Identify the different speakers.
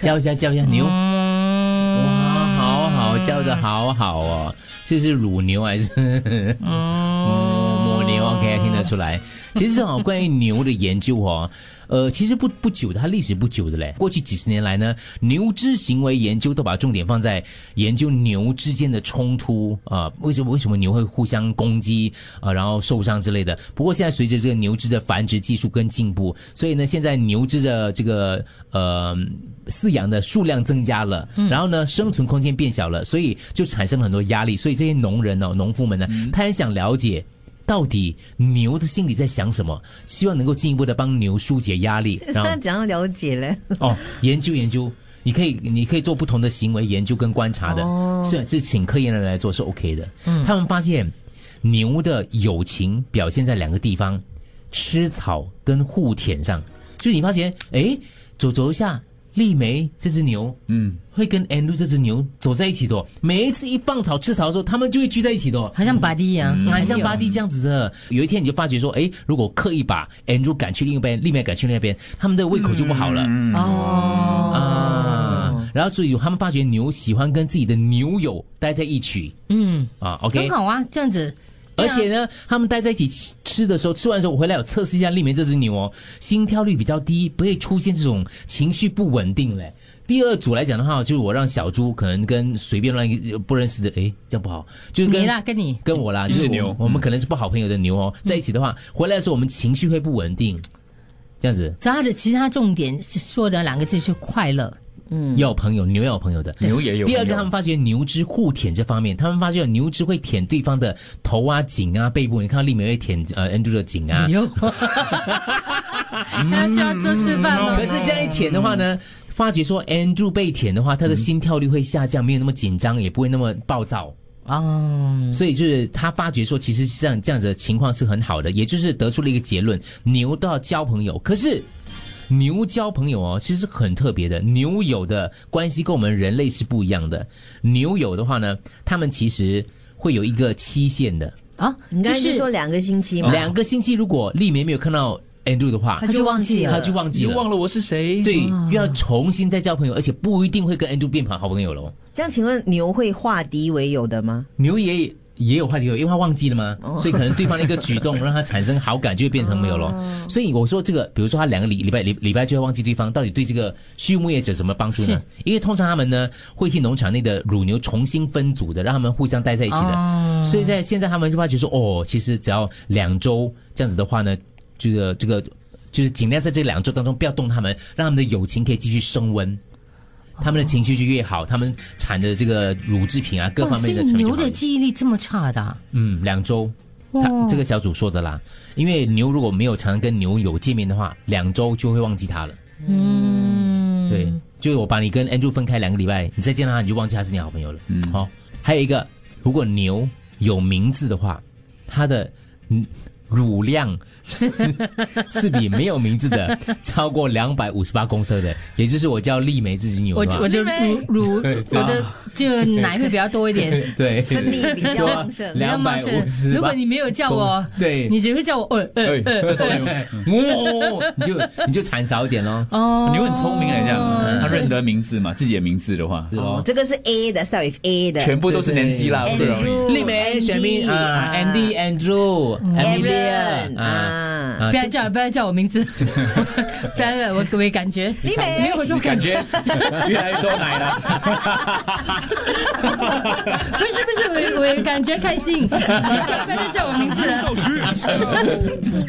Speaker 1: 叫一下，叫一下牛。哇，好好叫的好好哦，这是乳牛还是母母牛？OK，听得出来。其实哦，关于牛的研究哦，呃，其实不不久的，它历史不久的嘞。过去几十年来呢，牛只行为研究都把重点放在研究牛之间的冲突啊、呃为什么为什么牛会互相攻击啊、呃然后受伤之类的。不过现在随着这个牛只的繁殖技术跟进步，所以呢，现在牛只的这个呃饲养的数量增加了，然后呢，生存空间变小了，所以就产生了很多压力。所以这些农人哦，农夫们呢，他很想了解。到底牛的心里在想什么？希望能够进一步的帮牛疏解压 力，然后
Speaker 2: 那怎样了解嘞？
Speaker 1: 哦，研究研究，你可以你可以做不同的行为研究跟观察的，是是请科研人来做是 OK 的。他们发现牛的友情表现在两个地方，吃草跟互舔上。就是你发现，诶，走走一下，丽梅这只牛，嗯，会跟 Andrew 这只牛走在一起的哦。每一次一放草吃草的时候，他们就会聚在一起的哦。
Speaker 3: 好像巴蒂一样，
Speaker 1: 蛮像巴
Speaker 3: 蒂。
Speaker 1: 蒂这样子的。有一天你就发觉说，哎，如果刻意把 Andrew 赶去另一边，另外赶去那边，他们的胃口就不好了、
Speaker 3: 嗯哦，
Speaker 1: 啊。然后所以他们发觉牛喜欢跟自己的牛友待在一起
Speaker 3: 嗯，
Speaker 1: 啊
Speaker 3: 很
Speaker 1: ，OK。
Speaker 3: 好啊，这样子，
Speaker 1: 而且呢，他们待在一起吃吃的时候，吃完的时候我回来有测试一下里面这只牛哦，心跳率比较低，不会出现这种情绪不稳定嘞。第二组来讲的话，就是我让小猪可能跟随便乱一不认识的，诶，这样不好，就是跟
Speaker 3: 你啦，跟你
Speaker 1: 跟我啦，就
Speaker 4: 只
Speaker 1: 是
Speaker 4: 牛
Speaker 1: 我我们可能是不好朋友的牛哦，在一起的话，回来的时候我们情绪会不稳定，这样子
Speaker 3: 所以他的其实他重点是说的两个字是快乐，
Speaker 1: 要有朋友，牛要有朋友的。
Speaker 4: 牛也有。
Speaker 1: 第二个，
Speaker 4: 牛
Speaker 1: 他们发觉牛只互舔这方面，他们发觉牛只会舔对方的头啊、颈啊、背部。你看到丽美会舔呃 Andrew 的颈啊，
Speaker 3: 有，哎要需要做示范吗
Speaker 1: 可是这样一舔的话呢，发觉说 Andrew 被舔的话，他的心跳率会下降，没有那么紧张，也不会那么暴躁。
Speaker 3: 哦，
Speaker 1: 所以就是他发觉说，其实像这样子的情况是很好的，也就是得出了一个结论：牛都要交朋友。可是牛交朋友哦，其实很特别的。牛友的关系跟我们人类是不一样的。牛友的话呢，他们其实会有一个期限的，
Speaker 3: 啊，
Speaker 2: 你刚
Speaker 3: 就哦
Speaker 2: 才就是说两个星期嘛，
Speaker 1: 两个星期。如果丽梅没有看到 Andrew 的话
Speaker 2: 嗯他，就忘记了嗯
Speaker 1: 他就忘记
Speaker 4: 你
Speaker 1: 了。
Speaker 4: 忘了我是谁？
Speaker 1: 对，又要重新再交朋友，而且不一定会跟 Andrew 变好好朋友哦喽。
Speaker 2: 这样，请问牛会化敌为友的吗？
Speaker 1: 牛也也有话题，因为他忘记了嘛，所以可能对方的一个举动让他产生好感，就会变成朋友咯。所以我说这个，比如说他两个礼礼拜礼礼拜就会忘记对方，到底对这个畜牧业者有什么帮助呢？因为通常他们呢会替农场内的乳牛重新分组的，让他们互相待在一起的。所以在现在他们就发觉说，哦，其实只要两周这样子的话呢，这个这个就是尽量在这两周当中不要动他们，让他们的友情可以继续升温。他们的情绪就越好，他们产的这个乳制品啊，各
Speaker 3: 哇，
Speaker 1: 方
Speaker 3: 所
Speaker 1: 面
Speaker 3: 以
Speaker 1: 的成品就好
Speaker 3: 牛
Speaker 1: 一
Speaker 3: 的
Speaker 1: 点
Speaker 3: 记忆力这么差的啊，
Speaker 1: 嗯，两周。他
Speaker 3: 哦
Speaker 1: 这个小组说的啦，因为牛如果没有常跟牛有见面的话，两周就会忘记他了。嗯，对，就是我把你跟 Andrew 分开两个礼拜，你再见到他，你就忘记他是你好朋友了。嗯，好、还有一个，如果牛有名字的话，它的嗯乳量 是是比没有名字的超过两百五十八公升的，也就是我叫丽梅这只牛
Speaker 3: 我
Speaker 1: 的话
Speaker 3: 我的乳乳 我
Speaker 4: 对
Speaker 3: 的就奶会比较多一点，
Speaker 1: 对
Speaker 2: 生 力比较旺盛。
Speaker 1: 两百五十，
Speaker 3: 如果你没有叫我，
Speaker 1: 对，
Speaker 3: 你只会叫我呃呃
Speaker 4: 哎，这头牛，
Speaker 1: 哦，你就你就馋少一点咯。
Speaker 3: 哦，
Speaker 4: 牛很聪明来讲，他认得名字嘛，自己的名字的话，
Speaker 2: 哦，这个是 A 的，start with A 的。
Speaker 4: 全部都是 Nancy 啦，
Speaker 2: 对
Speaker 4: 不容易。
Speaker 2: Andrew
Speaker 1: 丽梅、选明啊，Andy、Andrew、Emilia Ah.
Speaker 2: Aaron
Speaker 1: 啊
Speaker 2: 啊，
Speaker 1: 啊
Speaker 3: 不，要叫不要叫我名字，不要我我感觉
Speaker 2: 丽梅
Speaker 3: 没有这种
Speaker 4: 你
Speaker 3: 感
Speaker 4: 感
Speaker 3: 觉，
Speaker 4: 觉越来越多奶了，
Speaker 3: 不是啊不是我我感觉开心，叫不要再叫我名字了。